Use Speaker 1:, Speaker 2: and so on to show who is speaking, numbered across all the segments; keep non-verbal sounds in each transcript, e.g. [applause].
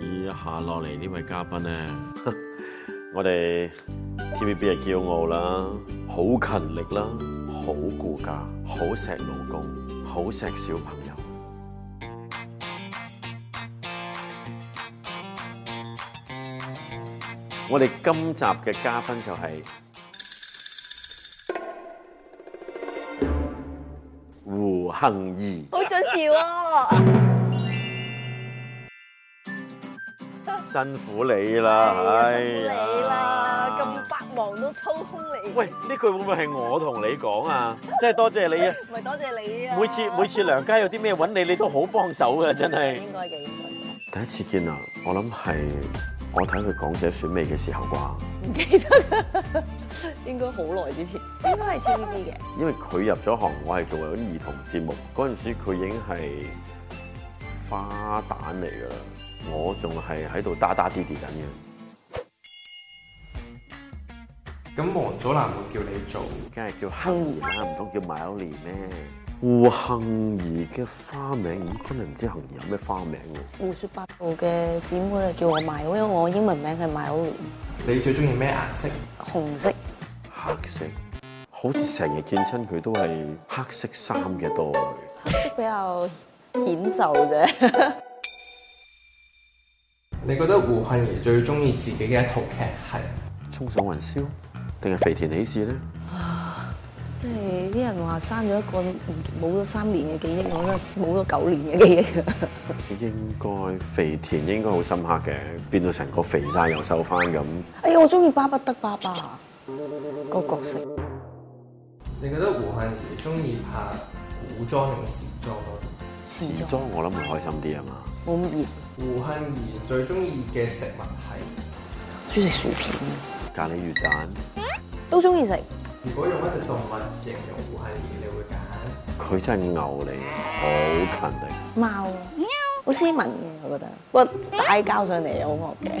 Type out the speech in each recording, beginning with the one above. Speaker 1: 以下落嚟呢 [laughs] 位嘉賓咧，我哋 TVB 嘅驕傲啦，好勤力啦，好顧家，好錫老公，好錫小朋友。我哋今集嘅嘉賓就係胡杏兒。
Speaker 2: 好準時喎！
Speaker 1: 辛苦你啦，哎唉
Speaker 2: 哎辛苦你啦，咁百忙都抽空嚟。
Speaker 1: 喂，，呢句會唔會係我同你講啊？即係多謝你啊！
Speaker 2: 咪多謝你啊！
Speaker 1: 每次每次梁家有啲咩揾你，你都好幫手嘅，真係。
Speaker 2: 應該嘅，應該
Speaker 1: 第一次見啊，我諗係我睇佢港姐選美嘅時候啩，
Speaker 2: 嘅。唔記得，應該好耐之前，應該係 TVB 嘅。
Speaker 1: 因為佢入咗行，我係做緊兒童節目嗰陣時，佢已經係花旦嚟㗎啦，我仲係喺度打打滴滴緊嘅。
Speaker 3: 咁王祖藍會叫你做，
Speaker 1: 梗係叫杏兒啦，唔通叫 Melody 咩？胡杏兒嘅花名，咦，真係唔知杏兒有咩花名喎？
Speaker 2: 胡說八道嘅姊妹係叫我 My，因為我英文名係 Myoli，
Speaker 3: 你最中意咩顏色？
Speaker 2: 紅色。
Speaker 1: 黑色，好似成日見親佢都係黑色衫嘅多。
Speaker 2: 黑色比較顯瘦啫。
Speaker 3: 你覺得胡杏兒最中意自己嘅一套劇係？
Speaker 1: 衝上雲霄，定係肥田喜事咧？
Speaker 2: 即係啲人話生咗一個冇咗三年嘅記憶，我覺得冇咗九年嘅記憶。
Speaker 1: 應該肥田應該好深刻嘅，變到成個肥晒又瘦翻咁。
Speaker 2: 哎呀，我中意巴不得爸爸個角色。
Speaker 3: 你覺得胡杏兒中意拍古裝定時裝多啲？
Speaker 2: 時
Speaker 1: 時裝我諗會開心啲啊嘛。
Speaker 2: 冇咁熱，
Speaker 3: 胡杏兒最中意嘅食物係？
Speaker 2: 中意食薯片，
Speaker 1: 咖喱魚蛋，
Speaker 2: 都中意食。
Speaker 3: 如果用一隻動物形容胡杏兒，你會揀？
Speaker 1: 佢真係牛嚟嘅，好勤力。
Speaker 2: 貓啊，好斯文嘅，我覺得。不過打起交上嚟又好惡嘅。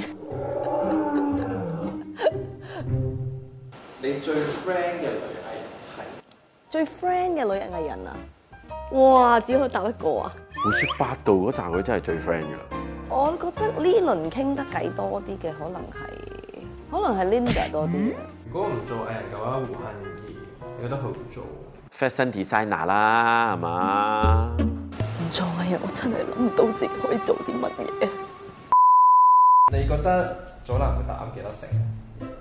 Speaker 3: 你最 friend 嘅女藝人係？
Speaker 2: 最 friend 嘅女人藝人啊，哇，只可以答一個啊！
Speaker 1: 胡說八道嗰扎佢真係最 friend 㗎啦。
Speaker 2: 我覺得呢輪傾得偈多啲嘅，可能係可能係 Linda 多啲嘅。
Speaker 3: 如果唔做藝人嘅話，胡杏兒你覺得佢會做？
Speaker 1: fashion designer 啦，係嘛？
Speaker 2: 唔做藝人，我真係諗唔到自己可以做啲乜嘢。
Speaker 3: 你覺得祖藍會答啱幾多成？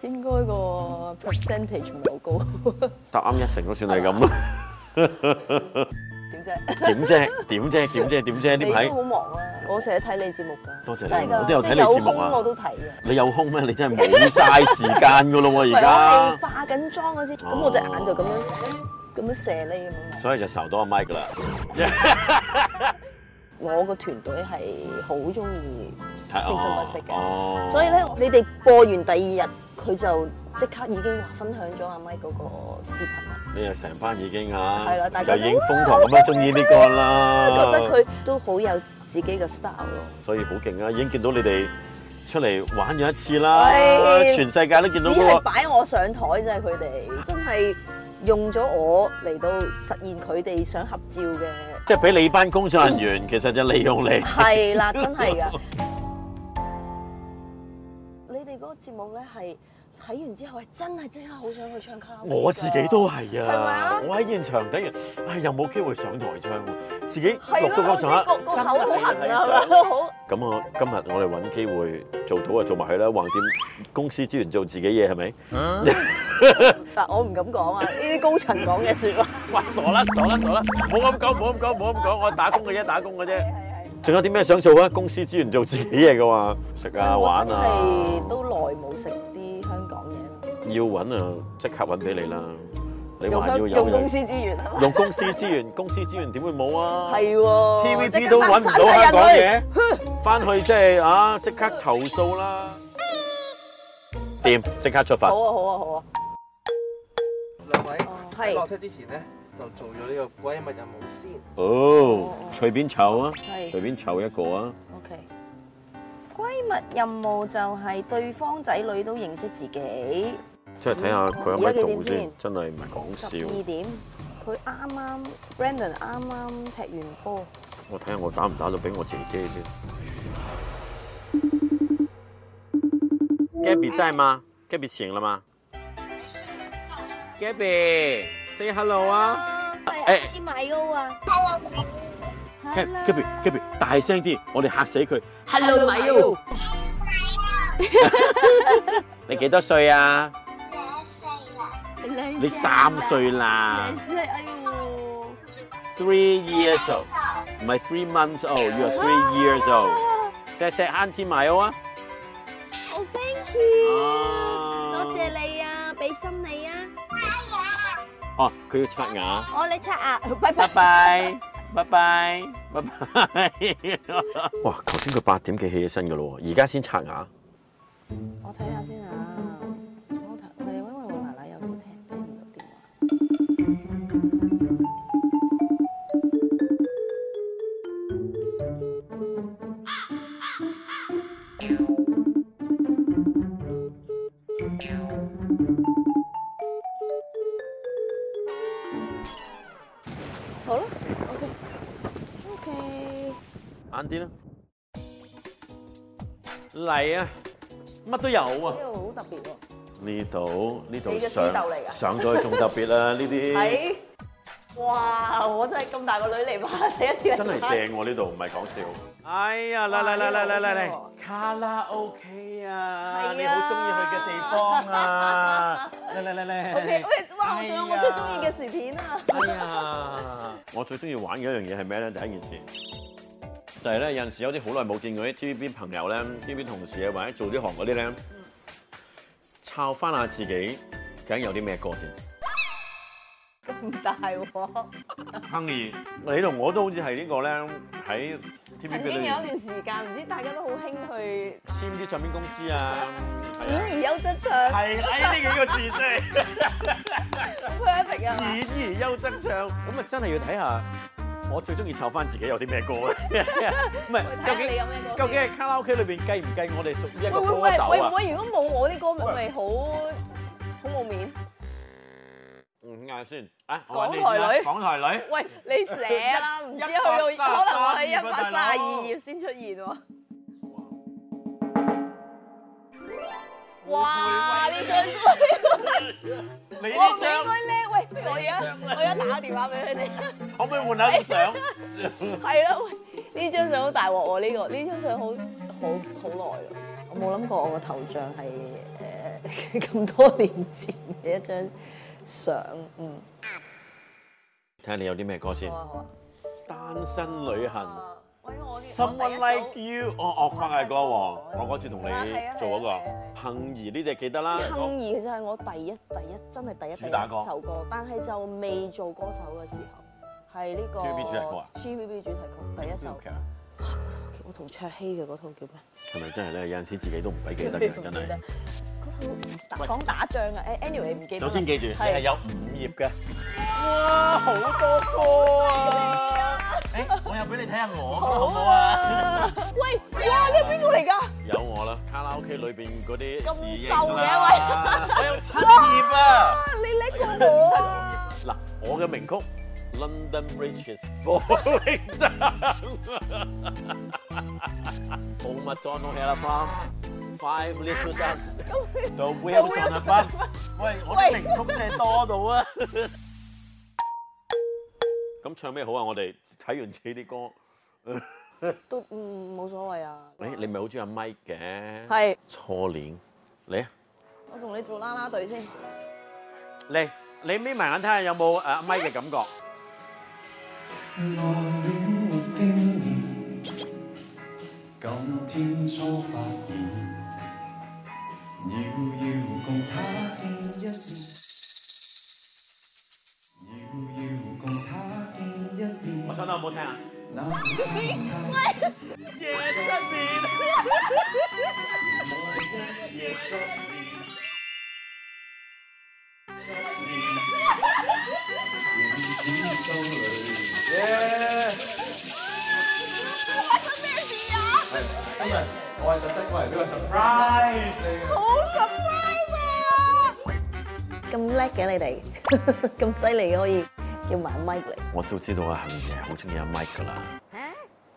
Speaker 2: 應該個 percentage 唔係好
Speaker 1: [laughs]
Speaker 2: 高，
Speaker 1: 答啱一成都算係 [laughs] 咁啦。
Speaker 2: 點啫？
Speaker 1: 點啫？點啫？點啫？點啫？呢
Speaker 2: 你都
Speaker 1: 排
Speaker 2: 好忙啊！我成日睇你節目㗎，
Speaker 1: 多謝你
Speaker 2: 真係㗎
Speaker 1: 我都有睇你
Speaker 2: 即係
Speaker 1: 節目啊
Speaker 2: 空我都睇嘅。
Speaker 1: 你有空咩？你真係冇晒時間㗎咯
Speaker 2: 唔
Speaker 1: 喎！
Speaker 2: 係
Speaker 1: 而
Speaker 2: 我係
Speaker 1: 家，
Speaker 2: 化緊妝嗰時，咁
Speaker 1: 哦
Speaker 2: 我隻眼就咁樣咁樣射呢咁樣。
Speaker 1: 所以就受多阿 Mike 㗎啦。
Speaker 2: 我個團隊係好中意性生不息
Speaker 1: 哦哦
Speaker 2: 嘅，所以咧你哋播完第二日，佢就即刻已經話分享咗阿 Mike 嗰個視頻啦，
Speaker 1: 你又成班已經
Speaker 2: 係啦
Speaker 1: 啊，
Speaker 2: 大
Speaker 1: 就
Speaker 2: 家
Speaker 1: 已經瘋狂咁樣中意呢個
Speaker 2: 覺
Speaker 1: 啦。
Speaker 2: 得佢都好有自己嘅 style 咯。
Speaker 1: 所以好勁啊！已經見到你哋出嚟玩咗一次啦
Speaker 2: 喂，
Speaker 1: 全世界都見
Speaker 2: 只
Speaker 1: 到
Speaker 2: 係
Speaker 1: 嗰個。
Speaker 2: 擺我上台啫，佢哋真係用咗我嚟到實現佢哋想合照嘅。
Speaker 1: 即係俾你班工作人員，其實就利用你。
Speaker 2: [laughs] 係啦，真係噶。
Speaker 1: [laughs]
Speaker 2: 你哋嗰個節目咧係睇完之後係真係即刻好想去唱卡拉 OK 㗎
Speaker 1: 我自己都係
Speaker 2: 係咪
Speaker 1: 啊
Speaker 2: 啊！
Speaker 1: 我喺現場等人，唉，又冇機會上台唱喎，自己
Speaker 2: 係
Speaker 1: 錄到
Speaker 2: 咯，
Speaker 1: 咁
Speaker 2: 我知
Speaker 1: 上下，
Speaker 2: 個個口好痕啊，
Speaker 1: 真係係想
Speaker 2: 好
Speaker 1: 咁我今日我哋揾機會做到就啊做埋佢啦，橫掂公司資源做自己嘢係咪？
Speaker 2: 嗱，我唔敢講啊，呢啲高層講嘅説話。
Speaker 1: 哇！傻啦傻啦傻啦！冇咁講，冇咁講，冇咁講，我打工嘅啫，打工嘅啫。
Speaker 2: 係
Speaker 1: 仲有啲咩想做啊？公司資源做自己嘢嘅話，食啊玩啊，
Speaker 2: 係都耐冇食啲香港嘢啦，
Speaker 1: 要揾啊，即刻揾俾你啦。你
Speaker 2: 用
Speaker 1: 話要有
Speaker 2: 用公
Speaker 1: 人
Speaker 2: 司資源啊嘛。
Speaker 1: 用公司資源， [laughs] 公司資源點會冇啊？
Speaker 2: 係喎
Speaker 1: TVB 都揾唔到香港嘢，翻去即係啊，即刻投訴啦！掂，即刻出發
Speaker 2: 好。啊好啊好啊，
Speaker 3: 兩位
Speaker 2: 係
Speaker 3: 落車之前咧，就做咗呢個閨蜜任務先。
Speaker 1: 哦，隨便湊啊，
Speaker 2: 係
Speaker 1: 隨便湊一個啊。
Speaker 2: OK。閨蜜任務就係對方仔女都認識自己。
Speaker 1: 即係睇下佢可唔可以做
Speaker 2: 而家幾點
Speaker 1: 先
Speaker 2: 先，
Speaker 1: 真係唔係講
Speaker 2: 十
Speaker 1: 笑。
Speaker 2: 二點，佢啱啱 Brandon 啱啱踢完波，
Speaker 1: 我睇下我打唔打到俾我姐姐先。 Gabby 在吗？Gabby 醒了吗？Gabby say hello 啊哎
Speaker 2: 你買屋啊
Speaker 1: Gab-！Gabby Gabby 大聲啲，我哋嚇死佢。Hello 咪 u 你幾多歲啊？你三歲啦
Speaker 2: 兩歲，哎呦，
Speaker 1: ，three years old，唔係 three months old，you are three years old。錫錫 Auntie 咪 u 啊！
Speaker 2: 好 Oh, thank
Speaker 1: Ờ.
Speaker 2: you，
Speaker 1: 啊
Speaker 2: 多謝你啊，俾心你啊，
Speaker 1: 哦，佢要刷牙。
Speaker 2: 我你刷牙，拜
Speaker 1: 拜
Speaker 2: 拜。
Speaker 1: 拜，拜拜，拜拜。哇！頭先佢八點幾起起身噶咯喎，而家先刷牙。
Speaker 4: 我睇下先啊，我睇係因為我奶奶有時聽聽唔到電話。
Speaker 2: 好啦，OK OK，
Speaker 1: 晏啲啦。嚟啊！乜都有
Speaker 2: à.
Speaker 1: 啊！
Speaker 4: 呢度好特別喎，
Speaker 1: 呢度呢度
Speaker 2: 你嘅私
Speaker 1: 上
Speaker 2: 竇嚟㗎
Speaker 1: 上咗去仲特別啦！呢啲
Speaker 2: 係，哎哇，我真係咁大個女嚟玩，第一次嚟
Speaker 1: 真係
Speaker 2: 玩
Speaker 1: 正喎！呢度唔係講笑。哎呀！嚟嚟嚟嚟嚟嚟嚟！卡拉 OK 啊！你好中意去嘅地方啊！嚟嚟嚟嚟。
Speaker 2: à. ，OK，喂，哇，我仲有我最中意嘅薯片啊！
Speaker 1: 哎呀！我最中意玩嘅一樣嘢係咩咧？第一件事就係咧，有陣時有啲好耐冇見過啲 TVB 朋友咧、TVB 同事啊，或者做呢行嗰啲咧，抄翻下自己究竟有啲咩歌先。
Speaker 2: 咁大喎，
Speaker 1: Honey，你同我都好似係呢個咧喺 TVB
Speaker 2: 曾
Speaker 1: 裏
Speaker 2: 經有一
Speaker 1: 面
Speaker 2: 段時間，唔知大家都好興去
Speaker 1: 簽啲唱片公司啊，係
Speaker 2: 演
Speaker 1: 啊，
Speaker 2: 而優則唱
Speaker 1: 係哎呢幾個字啫。
Speaker 2: ，perfect 啊嘛
Speaker 1: 演。而優則唱，咁啊真係要睇下我最中意湊翻自己有啲咩歌啊！
Speaker 2: [laughs]
Speaker 1: 唔係，
Speaker 2: 睇下
Speaker 1: 究
Speaker 2: 你有
Speaker 1: 竟
Speaker 2: 咩歌先
Speaker 1: 究竟係卡拉 OK 裏邊計唔計我哋屬於一
Speaker 2: 喂
Speaker 1: 個
Speaker 2: 喂
Speaker 1: 歌
Speaker 2: 喂
Speaker 1: 手
Speaker 2: 喂
Speaker 1: 啊？
Speaker 2: 喂，如果冇我啲歌咪咪好好冇面。
Speaker 1: 嗯，嗌先，啊，我揾
Speaker 2: 港
Speaker 1: 你先啦
Speaker 2: 台女
Speaker 1: 港台女，
Speaker 2: 喂，你寫啦，唔知去到
Speaker 1: 132
Speaker 2: 可能我喺一百
Speaker 1: 大
Speaker 2: 三十
Speaker 1: 佬
Speaker 2: 二頁先出現喎。哇！呢張
Speaker 1: 你
Speaker 2: 我唔
Speaker 1: 呢
Speaker 2: 應該
Speaker 1: 張
Speaker 2: 叻，喂，我而家
Speaker 1: 啊
Speaker 2: 我而家打個電話俾佢哋，
Speaker 1: [laughs] 可唔可以換下啲
Speaker 2: [laughs]
Speaker 1: 相？
Speaker 2: 係啦，喂，呢張相好大鑊喎，呢個呢張相好好好耐啦，我冇諗過我個頭像係誒 [laughs] 咁多年前嘅一張相，嗯，
Speaker 1: 睇下你有啲咩歌先
Speaker 2: 好。啊好啊。
Speaker 1: 單身旅行
Speaker 2: 啊喂我啲我第
Speaker 1: ，Someone
Speaker 2: 一首
Speaker 1: Like You，我我跨界歌王，
Speaker 2: 我
Speaker 1: 我嗰次同你
Speaker 2: 係啊係啊
Speaker 1: 做嗰
Speaker 2: 係啊係啊
Speaker 1: 個杏兒呢只記得啦。
Speaker 2: 幸兒其實係我第一第一真係第一
Speaker 1: 主打歌
Speaker 2: 第一首歌，但係就未做歌手嘅時候，係呢個
Speaker 1: TVB 主題曲啊
Speaker 2: TVB 主題曲第一首，我同卓羲嘅嗰套叫咩？
Speaker 1: 係咪真係咧？有陣時自己都唔鬼記得嘅，真係。
Speaker 2: 嗰套講打仗啊，誒 à. anyway 唔記得啦。
Speaker 1: 首先記住，你係有五頁嘅。
Speaker 2: 哇，好多歌啊！
Speaker 1: [laughs] 誒，我又俾你睇下我嘅好唔
Speaker 2: 好
Speaker 1: 好啊？
Speaker 2: 啊！喂，哇，呢邊個嚟㗎？
Speaker 1: 有我啦，卡拉 OK 裏邊嗰啲
Speaker 2: 咁
Speaker 1: 侍應
Speaker 2: 瘦嘅
Speaker 1: 啦 [laughs] 我有七頁啊！
Speaker 2: 你叻過我啊！
Speaker 1: 嗱，我嘅名曲《London Bridge is Falling Down》，Oh Madonna had a farm。Five little ducks, the wheels on the bus。喂，我啲名曲真係多到啊！咁唱咩好啊？我哋睇完自己啲歌，
Speaker 2: 都嗯冇所謂啊。
Speaker 1: 誒，你咪好中意阿 Mike 嘅？
Speaker 2: 係，
Speaker 1: 初戀，你啊，
Speaker 2: 我同你做啦啦隊先。
Speaker 1: 嚟，你眯埋眼睇下有冇誒阿 Mike 嘅感覺？
Speaker 5: 內戀沒經驗，今天初發現，遙遙共他見一面，遙遙共他見一面
Speaker 1: 我。唱得好唔好聽啊？
Speaker 5: 那晚
Speaker 1: 夜失眠。
Speaker 5: 只收裏。
Speaker 3: 今日我係特登過嚟俾個 surprise 你嘅。
Speaker 2: 咁叻嘅你哋，咁犀利嘅可以叫埋 Mike 嚟。
Speaker 1: 我都知道阿杏姐好中意阿 Mike 噶啦，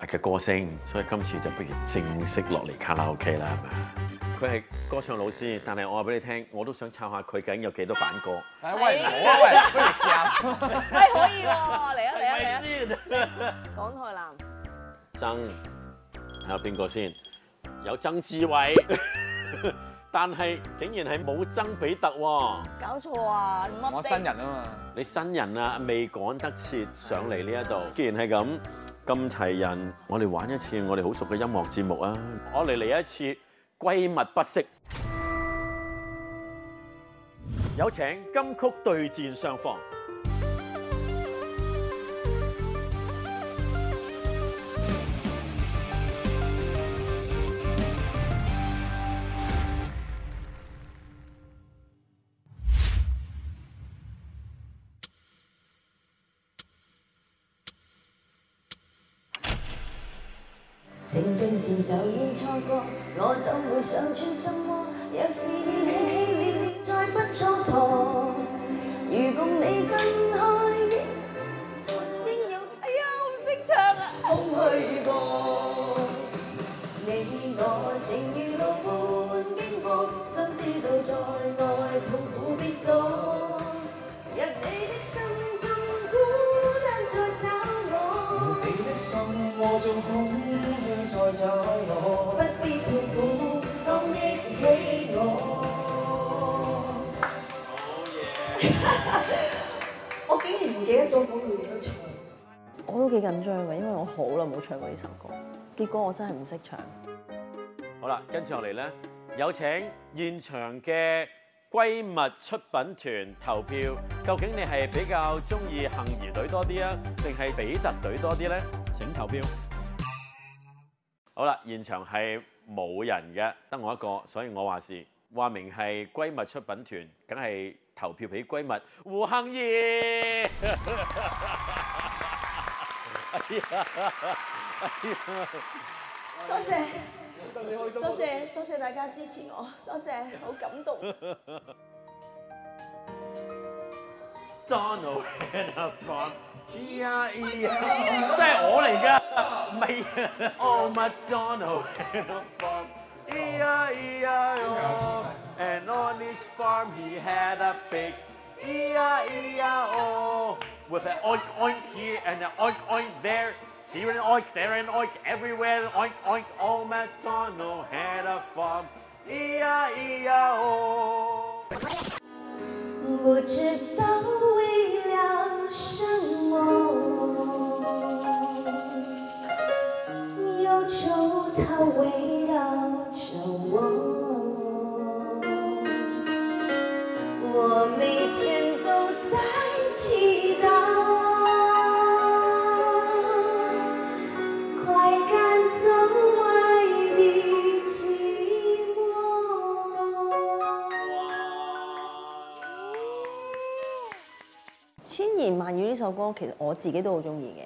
Speaker 1: 啊嘅歌聲，所以今次就不如正式落嚟卡拉 OK 啦，係咪啊？佢係歌唱老師，但係我話俾你聽，我都想抄下佢究竟有幾多版歌。
Speaker 6: 哎喂，唔好啊喂，不如試下。
Speaker 2: 喂，可以喎，嚟啊嚟啊嚟啊！港台男，
Speaker 1: 曾睇下邊個先？有曾志偉， [laughs] 但係竟然係冇曾比特喎。
Speaker 2: 搞錯啊！唔
Speaker 6: 我
Speaker 2: update
Speaker 6: 新人啊嘛。
Speaker 1: 你新人啊，未趕得切上嚟呢一度。既然係咁，咁齊人，我哋玩一次我哋好熟嘅音樂節目啊！我哋嚟一次閨蜜不識。有請金曲對戰雙方。
Speaker 7: 情盡時就要錯過，我怎會想穿心窩？若是要起起烈烈，再不蹉跎。如共你分開，應有哎呀，我唔識唱啊，空虛過。你我情如路般經過，心知道在愛痛苦必多。若你的心中孤單再找我。
Speaker 8: 你的心窩中空虛在找我
Speaker 7: 不，必痛苦，當憶起我。 [laughs] 我竟然唔記得咗嗰句點樣唱。
Speaker 2: 我都幾緊張嘅，因為我好耐冇唱過呢首歌，結果我真係唔識唱。
Speaker 1: 好啦，跟住落嚟呢，有請現場嘅閨蜜出品團投票，究竟你係比較中意杏兒隊多啲啊，定係比特隊多啲呢？請投票。好啦，現場係冇人嘅，得我一個，所以我話事。話明係閨蜜出品團，梗係投票俾閨蜜胡杏兒。哎呀哎呀
Speaker 7: 多謝，多謝，多謝大家支持我，多謝，好感動。
Speaker 1: Donald and a frog，咿呀咿呀，真係我嚟㗎，唔係 Oh McDonald and a frog，咿呀咿呀哦，And on his farm he had a pig，咿呀咿呀哦，With an oink oink here and an oink oink there。Here an oink, there an oink, everywhere an oink oink. Old MacDonald had a farm. E-I-E-I-O.
Speaker 7: 不知道为了什么，忧愁它围绕着我，我每天都在祈祷，快赶走爱的寂寞。
Speaker 2: 千言萬語呢首歌其實我自己都好中意嘅，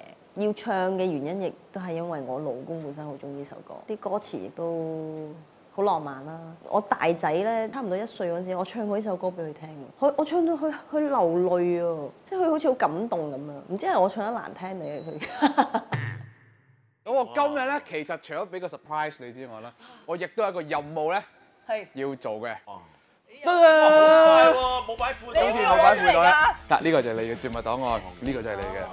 Speaker 2: 要唱嘅原因亦都係因為我老公本身好中意呢首歌，啲歌詞亦都好浪漫啦。我大仔咧差唔多一歲嗰陣時，我唱過呢首歌俾佢聽嘅，佢我唱到佢佢流淚啊，即係佢好似好感動咁啊！唔知係我唱得難聽定係佢。
Speaker 6: 咁我今日咧，其實除咗俾個 surprise 你之外啦，我亦都有一個任務咧
Speaker 2: 係
Speaker 6: 要做嘅。
Speaker 1: 好快喎，冇擺褲袋。
Speaker 6: 好似冇擺褲袋啦。嗱，呢個就係你嘅絕密檔案，呢個就係你嘅。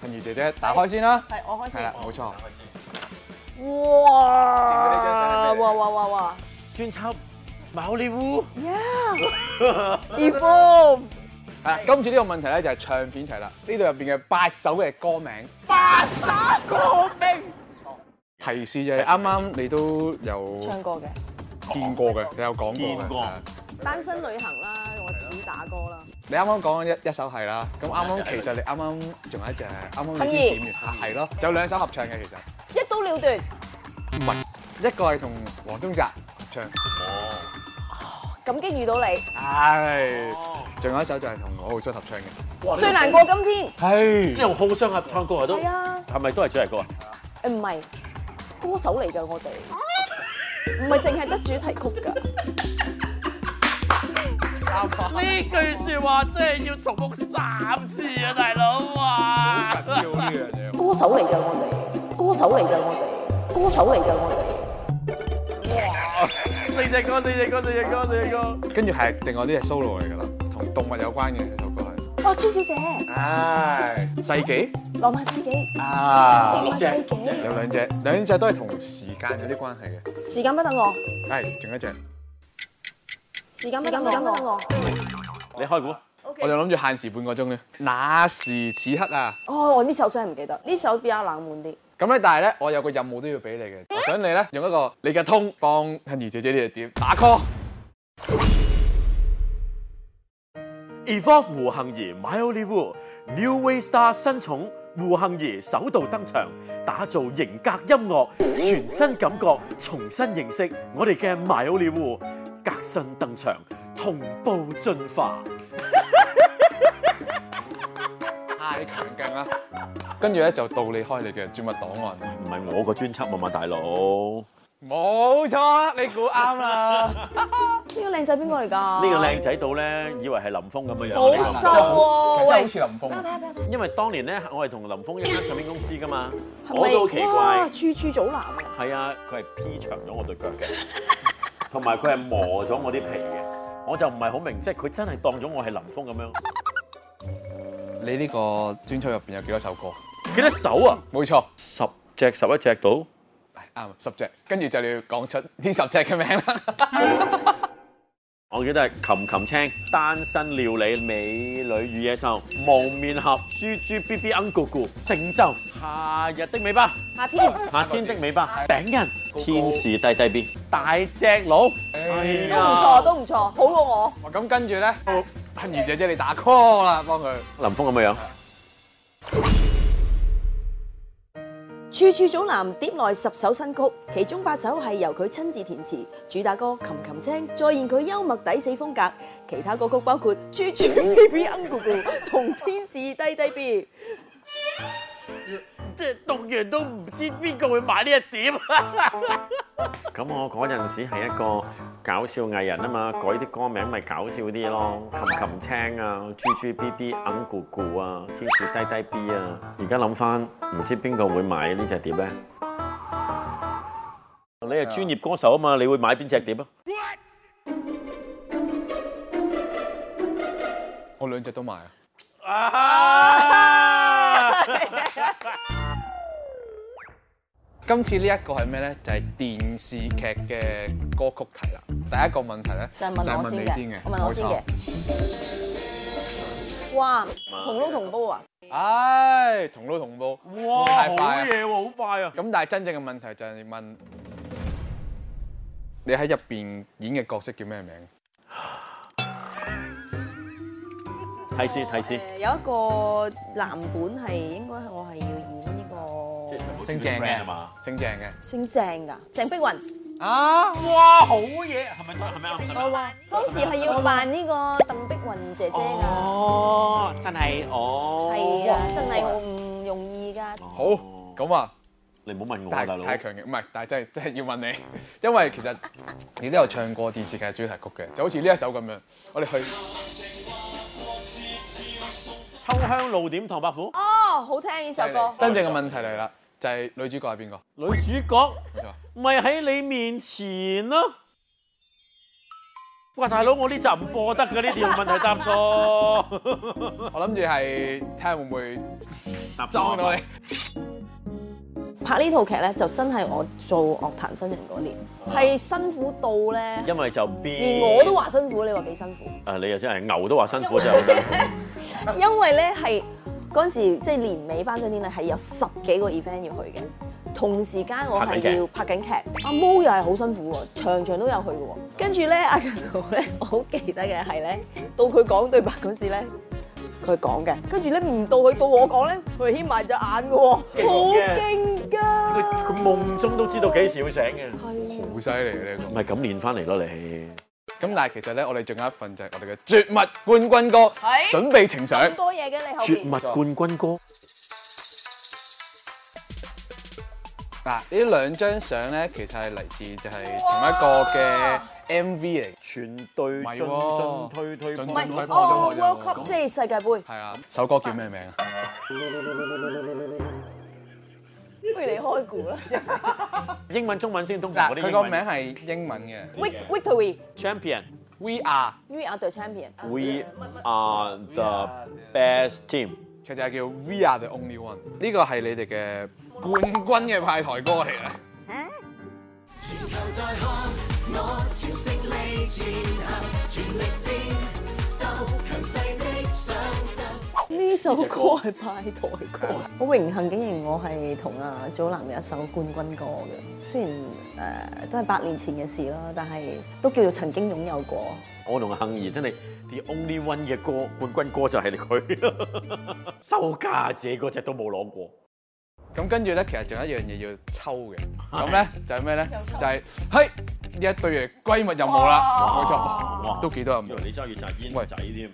Speaker 6: 杏兒姐姐，打開先啦。
Speaker 2: 係我開始
Speaker 6: 係啦，冇錯。
Speaker 2: 哇！哇哇哇哇
Speaker 1: 專輯《牡蠣烏》。
Speaker 2: ！Evolve
Speaker 6: 係啦，今次呢個問題咧就係唱片題啦。呢度入邊嘅八首嘅歌名，八首歌名。提示就係啱啱你都有
Speaker 2: 唱歌嘅
Speaker 6: 見過嘅，你有講過嘅。
Speaker 1: 見過
Speaker 6: 係啊
Speaker 2: 單身旅行啦，我主打歌啦。
Speaker 6: 你啱啱講緊一一首係啦，咁啱啱其實你啱啱仲有一隻啱啱你
Speaker 2: 杏兒
Speaker 6: 先點完啊，係咯，有兩首合唱嘅其實。
Speaker 2: 一刀了斷，
Speaker 6: 唔係，一個係同黃宗澤合唱，
Speaker 2: 感激遇到你，
Speaker 6: 係，仲有一首就係同我好想合唱嘅，
Speaker 2: 最難過今天。
Speaker 6: 係，
Speaker 1: 呢度好傷合唱歌啊，都。
Speaker 2: 係啊，
Speaker 1: 係咪都係主題歌啊？
Speaker 2: 誒唔係歌手嚟㗎，我哋唔係淨係得主題曲㗎。
Speaker 6: 啱啱緊要呢樣嘢，
Speaker 2: 歌手嚟㗎，我哋歌手嚟㗎，我哋歌手嚟㗎，我
Speaker 1: 四隻歌，四隻歌，四隻歌，四隻歌。
Speaker 6: 跟住係另外啲係 solo 嚟㗎啦，同動物有關嘅首歌係。
Speaker 7: 哦，朱小姐，
Speaker 6: 唉，世紀
Speaker 7: 羅馬世紀，
Speaker 6: 啊，
Speaker 7: 馬世紀，
Speaker 6: 有兩隻，兩隻都係同時間有啲關係嘅。
Speaker 2: 時間不等我，
Speaker 6: 係，仲有一隻，
Speaker 2: 時間
Speaker 7: 不等我
Speaker 2: 我。
Speaker 1: 你開估。
Speaker 6: 我就諗住限時半個鐘嘅。那時此刻啊，
Speaker 2: 哦，我呢首真係唔記得，呢首比較冷門啲。
Speaker 6: 咁咧，但係咧，我有個任務都要俾你嘅，我想你咧用一個你嘅通幫欣怡姐姐呢隻碟打 call。
Speaker 1: Evolve 胡杏兒 My Only Wu New Way Star 新寵胡杏兒首度登場，打造型格音樂，全新感覺，重新認識我哋嘅 My Only Wu，革新登場，同步進化。
Speaker 6: 太強勁啦！跟住咧就到你開你嘅專物檔案。
Speaker 1: 唔係我個專輯啊嘛，大佬。
Speaker 6: 冇錯啦，你估啱啦。
Speaker 2: 呢個靚仔邊個嚟㗎？
Speaker 1: 呢個靚仔到咧，以為係林峰咁嘅樣。
Speaker 2: 嗯好瘦喎，
Speaker 6: 真係好
Speaker 2: 喂！
Speaker 6: 似林峰。
Speaker 1: 因為當年咧，我係同林峰一間唱片公司噶嘛，
Speaker 2: 係咪
Speaker 1: 我都好奇
Speaker 2: 哇，
Speaker 1: 怪。
Speaker 2: 處處祖藍啊！
Speaker 1: 係啊，佢係 P 長咗我對腳嘅， [laughs] 同埋佢係磨咗我啲皮嘅。我就唔係好明，即係佢真係當咗我係林峰咁樣。
Speaker 6: 你呢個專輯入邊有幾多首歌？
Speaker 1: 幾多首啊？
Speaker 6: 冇錯，
Speaker 1: 十隻十一隻到。
Speaker 6: 係啱啊十隻。跟住就你要講出呢十隻嘅名啦。 [laughs]
Speaker 1: 我記得係琴琴青、單身料理、美女與野獸、蒙面俠、豬豬 B B 恩咕咕、鄭州、夏日的尾巴、
Speaker 2: 夏天
Speaker 1: 夏天的尾巴、餅人、
Speaker 6: 高
Speaker 1: 天使低低 B、大隻佬。哎
Speaker 2: 都唔錯，都唔錯，好過我。
Speaker 6: 哇咁跟住咧，到欣怡姐姐你打 call 啦，幫佢。
Speaker 1: 林峰咁嘅樣。
Speaker 2: 處處祖藍碟內十首新曲，其中八首係由佢親自填詞，主打歌《琴琴青》再現佢幽默抵死風格。其他歌曲包括《處處 B B 恩咕咕》同《天使低低 B》。
Speaker 1: 即係讀完都唔知邊個會買呢一點。咁我嗰陣時係一個搞笑藝人啊嘛，改啲歌名咪搞笑啲咯，琴琴青啊，豬豬 B B 硬咕咕啊，天使低低 B 啊。而家諗翻，唔知邊個會買呢只碟咧？你係專業歌手啊嘛，你會買邊只碟啊？
Speaker 6: 我兩隻都買啊。啊今次呢一個係咩咧？就係、電視劇嘅歌曲題啦。第一個問題咧，
Speaker 2: 就係問我先
Speaker 6: 你先嘅
Speaker 2: 嘅，，我問我先嘅
Speaker 6: 冇。
Speaker 2: 哇，同撈同煲啊！
Speaker 6: 錯。唉，同撈同煲，
Speaker 1: 哇，
Speaker 6: 太快
Speaker 1: 好
Speaker 6: 啊！
Speaker 1: 嘢喎，好快啊！
Speaker 6: 咁但係真正嘅問題就係問你喺入邊演嘅角色叫咩名？
Speaker 1: 提示提示，
Speaker 2: 誒有一個藍本係應該係我係要演呢個
Speaker 6: 姓鄭
Speaker 1: 啊
Speaker 6: 嘅
Speaker 1: 嘛。，
Speaker 6: 姓鄭嘅。
Speaker 2: 姓鄭㗎，鄭碧雲。
Speaker 6: 啊！
Speaker 1: 哇，好嘢，係咪係咪啱？係咪啱
Speaker 2: 當時係要扮呢個鄧碧雲姐姐㗎，
Speaker 1: 哦，真係哦，
Speaker 2: 係啊，真係好唔容易㗎。
Speaker 6: 好，咁啊，
Speaker 1: 你哦唔好問我啊
Speaker 6: 太
Speaker 1: 大佬，
Speaker 6: 太強嘅，唔係，但係真係真係要問你， [laughs] 因為其實你都有唱過電視劇主題曲嘅，就好似呢一首咁樣，我哋去
Speaker 1: 秋香露點唐伯虎，
Speaker 2: 哦，好聽呢首歌。
Speaker 6: 真正嘅問題嚟啦，就係、女主角係邊個？
Speaker 1: 女主角
Speaker 6: 冇錯。
Speaker 1: 咪喺你面前咯。哇，大佬，我呢集唔播得㗎，呢條問題答 [laughs] 錯，
Speaker 6: 我諗住係睇下會唔會
Speaker 1: 答
Speaker 6: 裝到
Speaker 1: 啊
Speaker 6: 你。
Speaker 2: 拍呢套劇咧，就真係我做樂壇新人嗰年，係辛苦到咧，
Speaker 1: 因為就變，
Speaker 2: 連我都話辛苦，你話幾辛苦？
Speaker 1: 啊，你又真係牛都話辛苦，
Speaker 2: [laughs]
Speaker 1: 真係好辛苦。
Speaker 2: 因為咧係嗰陣時即係年尾頒獎典禮係有十幾個 event 要去嘅，同時間我
Speaker 1: 拍緊劇
Speaker 2: 係要拍緊劇。阿毛又係好辛苦喎，場場都有去嘅喎。跟住咧，阿長豪咧，我好記得嘅係咧，到佢講對白嗰時咧。佢講嘅，跟住咧唔到佢到我講咧，佢係瞇埋隻眼嘅喎，好
Speaker 1: 勁嘅
Speaker 2: 勁㗎！
Speaker 1: 佢佢夢中都知道幾時會醒嘅。
Speaker 2: 係啊
Speaker 6: 好犀利呢
Speaker 1: 唔係咁練翻嚟咯，你
Speaker 6: 個。咁但係其實咧，我哋仲有一份就係我哋嘅絕密冠軍歌，
Speaker 2: 係
Speaker 6: 準備呈上。
Speaker 2: 咁多嘢嘅你後
Speaker 1: 絕
Speaker 2: 邊
Speaker 1: 密。冠軍歌。
Speaker 6: 嗱，呢兩張相咧，其實係嚟自就係同一個嘅 MV 嚟，
Speaker 1: 全隊
Speaker 6: 唔係
Speaker 1: 進進
Speaker 6: 喎
Speaker 1: 推推
Speaker 6: 進
Speaker 1: 波
Speaker 2: 唔
Speaker 6: 進
Speaker 2: 係
Speaker 6: 推
Speaker 2: 哦
Speaker 6: 波
Speaker 2: ，World Cup 即係世界盃。
Speaker 6: 係啦。首歌叫咩名啊？
Speaker 2: 喂，如你開估啦。
Speaker 1: 英文、中文先，通常
Speaker 6: 嗱，
Speaker 1: 嗰啲
Speaker 6: 佢
Speaker 1: 英
Speaker 6: 個
Speaker 1: 文
Speaker 6: 名係英文嘅
Speaker 2: Vic- Victory
Speaker 1: Champion。
Speaker 6: ，We Are，
Speaker 2: We are the champion。
Speaker 1: We are the best team。
Speaker 6: 其實就係叫 We Are the Only One。呢個係你哋嘅冠軍嘅派台歌嚟嘅。
Speaker 2: 呢首歌係派台歌，好榮幸竟然我係同阿祖藍有一首冠軍歌嘅，雖然誒、呃都係八年前嘅事啦，但係都叫做曾經擁有過。
Speaker 1: 我同杏兒真係 The Only One 嘅歌冠軍歌就係佢， [laughs] 收家姐嗰只都冇攞過。
Speaker 6: 咁跟住咧，其實仲有一樣嘢要抽嘅。咁咧就係咩咧？就係嘿呢一對嘅閨蜜任務啦，冇
Speaker 1: 哇
Speaker 6: 錯，都幾多任
Speaker 1: 以
Speaker 6: 務
Speaker 1: 為。你揸住扎煙
Speaker 6: 喂
Speaker 1: 仔添。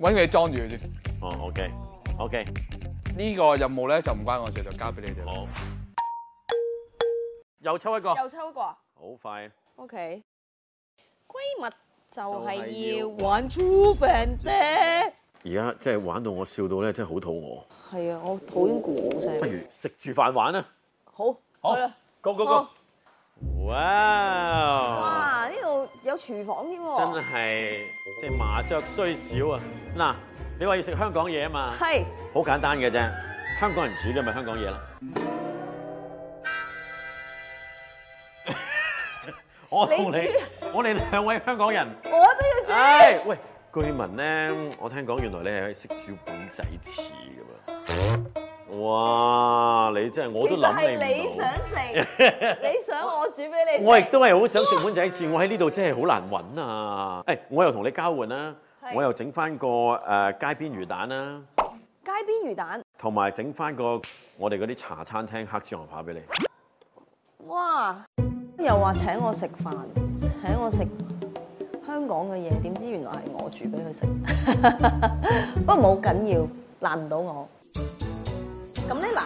Speaker 6: 揾佢哋裝住佢先。
Speaker 1: 哦，OK。OK，
Speaker 6: 呢個任務咧就唔關我事，就交俾你哋啦。
Speaker 1: 好，又抽一個，好
Speaker 2: 又抽過
Speaker 1: 快，啊
Speaker 2: ，OK。閨蜜就
Speaker 6: 係
Speaker 2: 係
Speaker 6: 要
Speaker 2: 要玩 True Fan 啫。
Speaker 1: 而家即係玩到我笑到咧，真係好肚餓，
Speaker 2: 係啊，我討厭鼓
Speaker 1: 不
Speaker 2: 聲。
Speaker 1: 如食住飯玩啊
Speaker 2: 好，
Speaker 1: 好
Speaker 2: 好啦。
Speaker 1: ！Go go
Speaker 2: 好
Speaker 1: go！哇！
Speaker 2: 哇！呢度有廚房添
Speaker 1: 真
Speaker 2: 喎。
Speaker 1: 係即係麻雀雖小啊！嗱，你話要食香港嘢啊
Speaker 2: [laughs]
Speaker 1: 嘛，
Speaker 2: 係。
Speaker 1: 好簡單嘅啫，香港人煮嘅咪香港嘢啦。我同你
Speaker 2: 你，
Speaker 1: 我哋兩位香港人，
Speaker 2: 我都要
Speaker 1: 唉，哎喂，據聞咧，我聽講原來你係識煮本仔翅㗎喎。哇！你真係我都
Speaker 2: 煮。其實
Speaker 1: 諗
Speaker 2: 係
Speaker 1: 你
Speaker 2: 你
Speaker 1: 唔
Speaker 2: 想
Speaker 1: 到。 [laughs]
Speaker 2: 食，你想我煮俾你食。
Speaker 1: 我亦都係好想食碗仔翅，我喺呢度真係好難揾啊！誒、我又同你交換啦，
Speaker 2: 係
Speaker 1: 我又整翻個誒、呃街邊魚蛋啦，
Speaker 2: 街邊魚蛋，
Speaker 1: 同埋整翻個我哋嗰啲茶餐廳黑椒牛扒俾你。
Speaker 2: 哇！又話請我食飯，請我食香港嘅嘢，點知原來係我煮俾佢食。 [laughs] 不過冇緊要，難唔到我。咁咧嗱，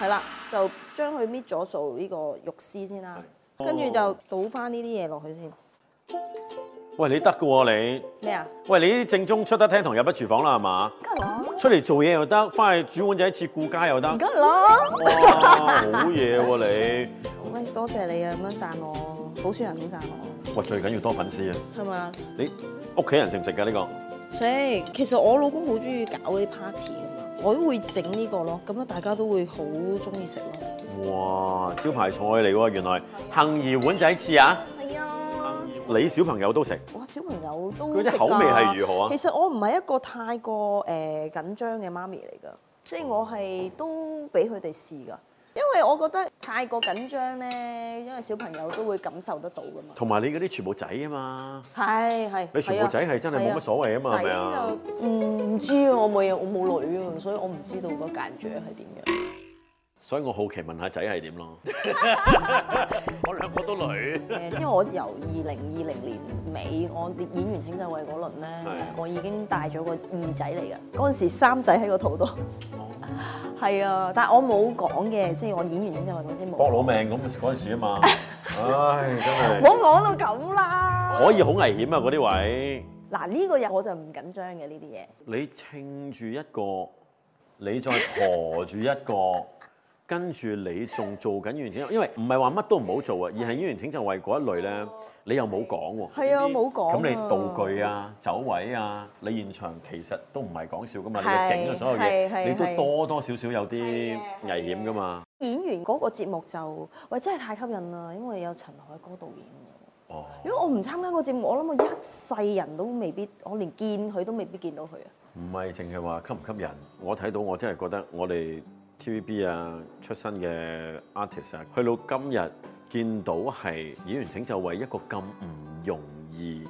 Speaker 2: 係啦，就將佢搣咗數呢個肉絲先啦，
Speaker 1: 係
Speaker 2: 跟住就
Speaker 1: 哦
Speaker 2: 倒翻呢啲嘢落去先。
Speaker 1: 喂，你得嘅喎你，
Speaker 2: 咩啊？
Speaker 1: 喂你啲正宗出得廳堂入得廚房啦係嘛？
Speaker 2: 梗係啦，
Speaker 1: 出嚟做嘢又得，翻去煮碗仔翅顧家又得。哇，
Speaker 2: 梗係啦。
Speaker 1: 好嘢喎你！
Speaker 2: 喂，多謝你啊，咁樣讚我，好少人咁讚我，
Speaker 1: 喂，最緊要多粉絲啊！
Speaker 2: 係咪啊？
Speaker 1: 你屋企人食唔食㗎呢個？
Speaker 2: 所以其實我老公好中意搞嗰啲 party 噶嘛，我都會整呢個咯，咁啊大家都會好中意食咯。
Speaker 1: 哇，招牌菜嚟喎，原來杏兒碗仔翅啊！
Speaker 2: 係啊，
Speaker 1: 你小朋友都食。
Speaker 2: 哇小朋友都
Speaker 1: 佢啲
Speaker 2: 食㗎
Speaker 1: 口味係如何啊
Speaker 2: 其實我唔係一個太過誒、呃、緊張嘅媽咪嚟㗎，即係我係都俾佢哋試㗎，因為我覺得太過緊張咧，因為小朋友都會感受得到㗎嘛。
Speaker 1: 同埋你嗰啲全部仔啊嘛，
Speaker 2: 係係，啊
Speaker 1: 你全部仔係真係冇乜所謂啊嘛係咪啊
Speaker 2: 仔就唔知啊，我冇嘢，我冇女啊，所以我唔知道個間住係點
Speaker 1: [laughs]
Speaker 2: 樣。
Speaker 1: 所以我好奇問下仔係點 [laughs] 咯。我兩個都女，
Speaker 2: 誒，因為我由二零二零年尾，我演完《請就位》嗰輪咧，
Speaker 1: 係
Speaker 2: 我已經帶咗個二仔嚟嘅。嗰陣時三仔喺個肚度，
Speaker 1: 哦
Speaker 2: 係啊，但係我冇講嘅，即係我演完《請就位》嗰陣
Speaker 1: 搏
Speaker 2: 冇。
Speaker 1: 老命咁嗰陣時啊嘛，唉真
Speaker 2: 唔
Speaker 1: 係
Speaker 2: 好講到咁啦！
Speaker 1: 可以好危險啊嗰啲位，
Speaker 2: 嗱，呢個日我就唔緊張嘅呢啲嘢。
Speaker 1: 你稱住一個，你再陀住一個。跟住你仲做緊演員請，因為唔係話乜都唔好做啊，而係演員請就為嗰一類咧，你又冇講喎。
Speaker 2: 係啊冇講啊
Speaker 1: 咁你道具啊、走位啊，你現場其實都唔係講笑噶嘛，你嘅
Speaker 2: 係
Speaker 1: 景啊所有
Speaker 2: 係係
Speaker 1: 嘢，你
Speaker 2: 係
Speaker 1: 都多多少少有啲
Speaker 2: 啊
Speaker 1: 危險噶嘛。
Speaker 2: 演員嗰個節目就喂真係太吸引啦，因為有陳凱歌導演嘅。
Speaker 1: 哦，
Speaker 2: 如果我唔參加個節目，我諗我一世人都未必，我連見佢都未必見到佢啊！
Speaker 1: 唔係淨係話吸唔吸引，我睇到我真係覺得我哋 TVB 啊出身嘅 artist 啊，去到今日見到係演員請就為一個咁唔容易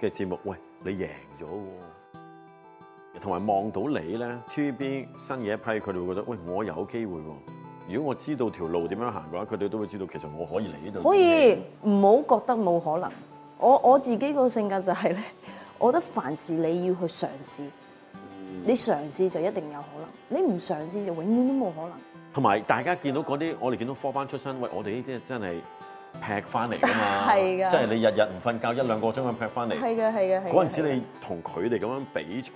Speaker 1: 嘅節目，喂，你贏咗喎！同埋望到你咧，TVB 新嘅一批，佢哋會覺得喂，我有機會喎。如果我知道條路點樣行嘅話，佢哋都會知道其實我可以嚟呢度。
Speaker 2: 可以唔好覺得冇可能。我我自己個性格就係、呢：咧，我覺得凡事你要去嘗試，
Speaker 9: 嗯
Speaker 2: 你嘗試就一定有可能，你唔嘗試就永遠都冇可能。
Speaker 1: 同埋大家見到嗰啲，我哋見到科班出身，喂，我哋呢啲真係劈翻嚟㗎嘛，
Speaker 2: [laughs] 係㗎
Speaker 1: 即係你日日唔瞓覺一兩個鐘咁劈翻
Speaker 9: 嗯
Speaker 1: 嚟。
Speaker 2: 係啊嘅，係嘅，係嘅。
Speaker 1: 嗰陣時
Speaker 2: 係嘅
Speaker 1: 你同佢哋咁樣比賽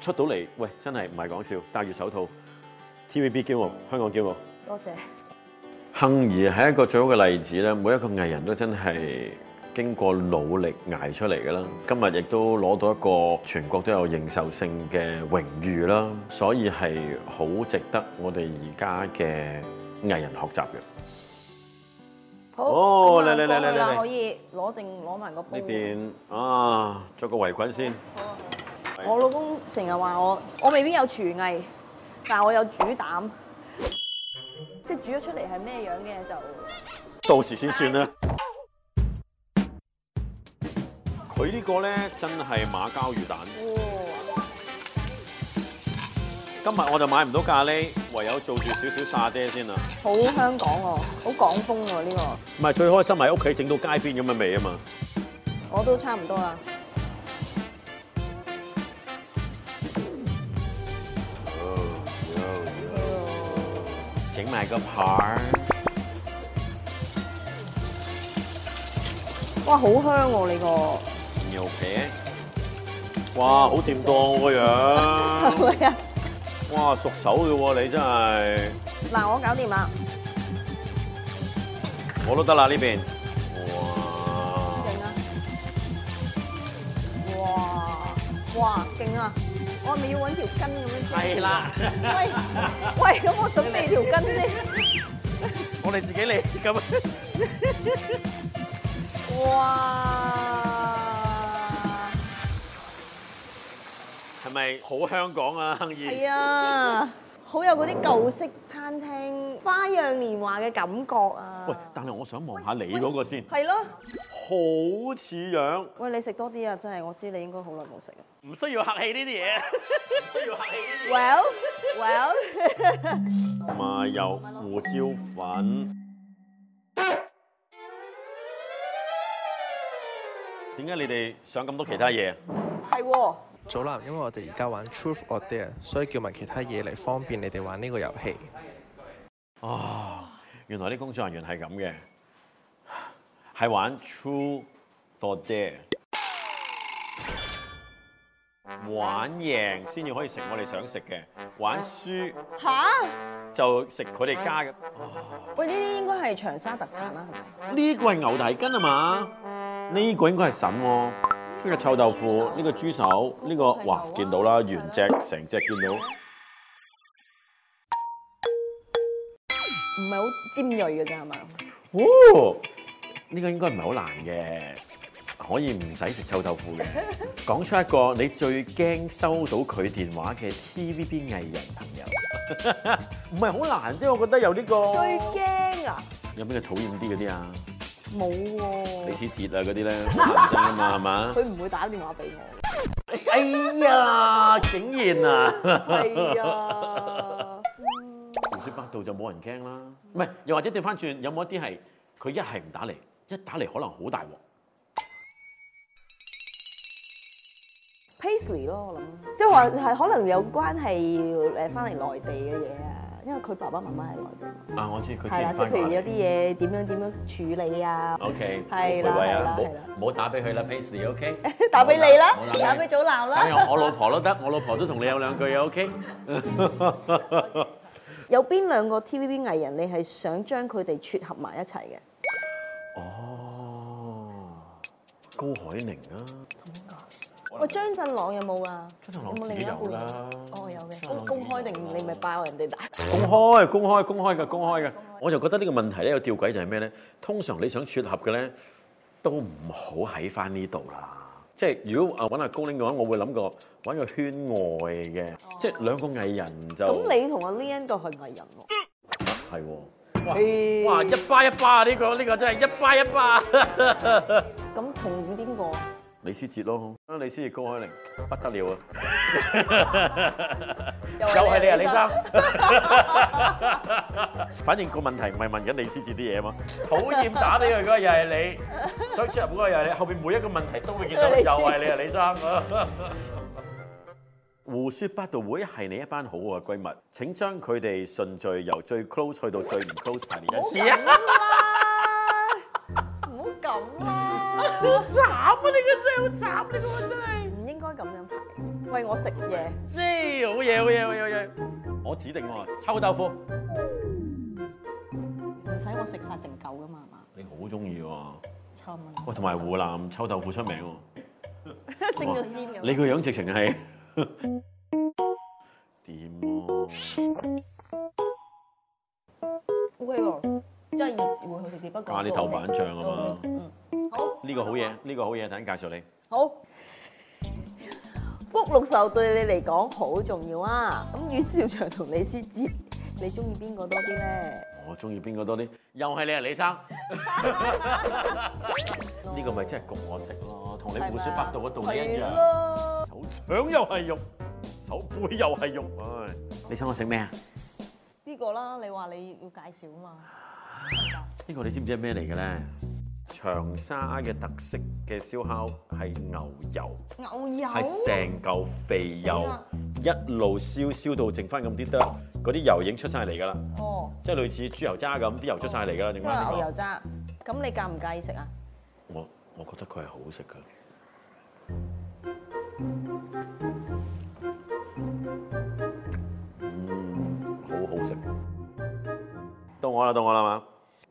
Speaker 1: 出到嚟，喂，真係唔係講笑，戴住手套，TVB 驕傲，香港驕傲。
Speaker 2: 多謝。
Speaker 9: 幸兒係一個最好嘅例子啦，每一個藝人都真係經過努力捱出嚟嘅啦。今日亦都攞到一個全國都有認受性嘅榮譽啦，所以係好值得我哋而家嘅藝人學習嘅。
Speaker 2: 好，
Speaker 9: 哦
Speaker 2: 咁啊
Speaker 9: 嚟嚟嚟
Speaker 2: 過去
Speaker 9: 嚟
Speaker 2: 啦
Speaker 9: 嚟
Speaker 2: 可以攞定攞埋個煲
Speaker 9: 呢。邊啊，做個圍裙先。
Speaker 2: 我老公成日話我，我未必有廚藝，但我有煮膽，即係煮咗出嚟係咩樣嘅就
Speaker 9: 到時先算啦。佢呢個咧真係馬交魚蛋。
Speaker 2: 哦
Speaker 9: 今日我就買唔到咖喱，唯有做住少少沙爹先啦。
Speaker 2: 好香港喎，好港風喎呢個，
Speaker 9: 唔係最開心係屋企整到街邊咁嘅味啊嘛。
Speaker 2: 我都差唔多啦。
Speaker 9: 整埋個牌，
Speaker 2: 哇，好香喎呢個，
Speaker 9: 牛皮。哇，好掂當個 [laughs] 樣。
Speaker 2: [laughs] 係咪啊？
Speaker 9: 哇，熟手嘅喎，你真係
Speaker 2: 嗱，我搞掂啦，
Speaker 9: 我都得啦呢邊。
Speaker 2: 勁啊！哇
Speaker 9: 哇！
Speaker 2: 哇勁啊！我係咪要揾條筋咁樣？係啦。喂喂，咁我準備條筋先。
Speaker 9: 我哋自己嚟咁。
Speaker 2: 哇！
Speaker 9: 係咪好香港啊？亨兒
Speaker 2: 係啊，好有嗰啲舊式餐廳花樣年華嘅感覺啊！
Speaker 9: 喂，但係我想望下你嗰個先，
Speaker 2: 係咯，
Speaker 9: 好似樣，
Speaker 2: 喂，你食多啲啊！真係，我知你應該好耐冇食啊。
Speaker 9: 唔需要客氣呢啲嘢，唔需要客氣呢
Speaker 2: Well well， [laughs]
Speaker 9: 啲。同埋有胡椒粉。點解你哋想咁多其他嘢？
Speaker 2: 係喎，
Speaker 3: 祖藍，因為我哋而家玩 Truth or Dare，所以叫埋其他嘢嚟方便你哋玩呢個遊戲。
Speaker 9: 啊，原來啲工作人員係咁嘅，係玩 True or Dare，玩贏先至可以食我哋想食嘅，玩輸
Speaker 2: 吓？
Speaker 9: 就食佢哋家嘅。
Speaker 2: 喂，呢啲應該係長沙特產啦，係咪？
Speaker 9: 呢個係牛蹄筋啊嘛，呢個應該係筍喎，呢個臭豆腐，呢個豬手，呢個哇見到啦，原隻成隻見到。
Speaker 2: 唔係好尖鋭嘅啫，係嘛？
Speaker 9: 哦，呢個應該唔係好難嘅，可以唔使食臭豆 [laughs] 腐嘅。講出一個你最驚收到佢電話嘅 TVB 藝人朋友， [laughs] 唔係好難啫，我覺得有呢、個。
Speaker 2: 最驚啊！
Speaker 9: 有邊個討厭啲嗰啲啊？
Speaker 2: 冇
Speaker 9: 李
Speaker 2: 喎，
Speaker 9: 思捷啊嗰啲咧，好難憎啊嘛，係嘛？
Speaker 2: 佢唔會打電話俾我。
Speaker 9: 哎呀，竟然啊！
Speaker 2: 係啊，
Speaker 9: 胡說八道就冇人驚啦。唔係，又或者調翻轉，有冇一啲係佢一係唔打嚟，一打嚟可能好大鑊。
Speaker 2: Paisley 咯，我諗，即係話係可能有關係誒翻嚟內地嘅嘢啊，因為佢爸爸媽媽係內地，
Speaker 9: 啊，我知佢
Speaker 2: 係啦，即係
Speaker 9: 先翻
Speaker 2: 譬
Speaker 9: 過
Speaker 2: 如有
Speaker 9: 嚟
Speaker 2: 啲。嘢點樣點樣處理啊，
Speaker 9: O K，
Speaker 2: 係啦
Speaker 9: 喂喂
Speaker 2: 係
Speaker 9: 啊
Speaker 2: 啦，係
Speaker 9: 唔
Speaker 2: 啦
Speaker 9: 好唔好打俾佢啦，Paisley，O K。
Speaker 2: [laughs] [laughs] 打俾你啦
Speaker 9: 好啦，
Speaker 2: 打俾祖藍
Speaker 9: 打俾
Speaker 2: 啦，
Speaker 9: 我我老婆都得，我老婆都同你有兩句嘅，O K。
Speaker 2: 有邊兩個 TVB 藝人你係想將佢哋撮合埋一齊嘅？
Speaker 9: 哦，高海寧啊，
Speaker 2: 喂，張振朗有冇啊？
Speaker 9: 張振朗自己有啦。
Speaker 2: 哦，有嘅，咁公開定你咪爆人哋大？
Speaker 9: 公開公開公開嘅公開嘅，我就覺得呢個問題咧有吊詭就係咩咧？通常你想撮合嘅咧，都唔好喺翻呢度啦。即係如果啊揾阿高玲嘅話，我會諗過揾個圈外嘅，即係兩個藝人就
Speaker 2: 哦咁你同阿 l i a n 個係藝人喎。
Speaker 9: 係喎。哇哇！一巴一巴啊！呢個呢個真係一巴一巴。啊
Speaker 2: 咁同邊個？
Speaker 9: 李思捷咯，啊李思捷高海寧不得了啊！
Speaker 2: 又
Speaker 9: [laughs] 又係你啊，李生。 [laughs] 反正個問題唔係問緊李思捷啲嘢嘛，討厭打俾佢嗰個又係 [laughs] 你，想出入嗰個又係你，後邊每一個問題都會見到，又係你啊，李 [laughs] 生。胡說八道會係你一班好嘅閨蜜，請將佢哋順序由最 close 去到最唔 close 排列一次啊！
Speaker 2: 唔好咁啦，
Speaker 9: 慘啊！你個真係好慘，你個真係。
Speaker 2: 唔應該咁樣排。喂，我食嘢，
Speaker 9: 即係好嘢，好嘢，好嘢，好嘢！我指定喎，臭豆腐。
Speaker 2: 唔唔使我食晒成嚿噶嘛，係嘛？
Speaker 1: 你好中意喎，
Speaker 2: 臭蚊。
Speaker 1: 喂，同埋
Speaker 2: [laughs]
Speaker 1: 湖南臭豆腐出名喎，
Speaker 2: 升咗先咁。
Speaker 1: 你個樣直情係點喎？
Speaker 2: O K 喎，真係熱會好食啲，不過
Speaker 1: 加啲豆瓣醬啊嘛，
Speaker 2: 嗯，好
Speaker 1: 呢個好嘢，呢個好嘢，等陣介紹你。
Speaker 2: 好。福祿壽對你嚟講好重要啊！咁阮兆祥同李思捷，你中意邊個多啲咧？
Speaker 1: 我中意邊個多啲？又係你啊，李
Speaker 9: [laughs]
Speaker 1: 生。呢個咪真係焗我食咯，同你胡說八道嗰道理一
Speaker 2: 係
Speaker 1: 樣。
Speaker 2: 咯，
Speaker 1: 手掌又係肉，手背又係肉。唉，你想我食咩啊？
Speaker 2: 呢個啦，你話你要介紹啊嘛。
Speaker 1: 呢個你知唔知係咩嚟嘅咧？長沙嘅特色嘅燒烤係牛油，
Speaker 2: 牛油
Speaker 1: 係成嚿肥油
Speaker 2: 哦死啦，
Speaker 1: 一路燒燒到剩翻咁啲得，嗰啲油已經出晒嚟㗎啦，
Speaker 2: 哦，
Speaker 1: 即係類似豬油渣咁，啲油出晒嚟㗎啦，剩
Speaker 2: 因為
Speaker 1: 翻
Speaker 2: 牛
Speaker 1: 呢
Speaker 2: 油渣。咁你介唔介意食啊？
Speaker 1: 個。我我覺得佢係好食㗎。嗯，好好食。到我啦，到我啦嘛！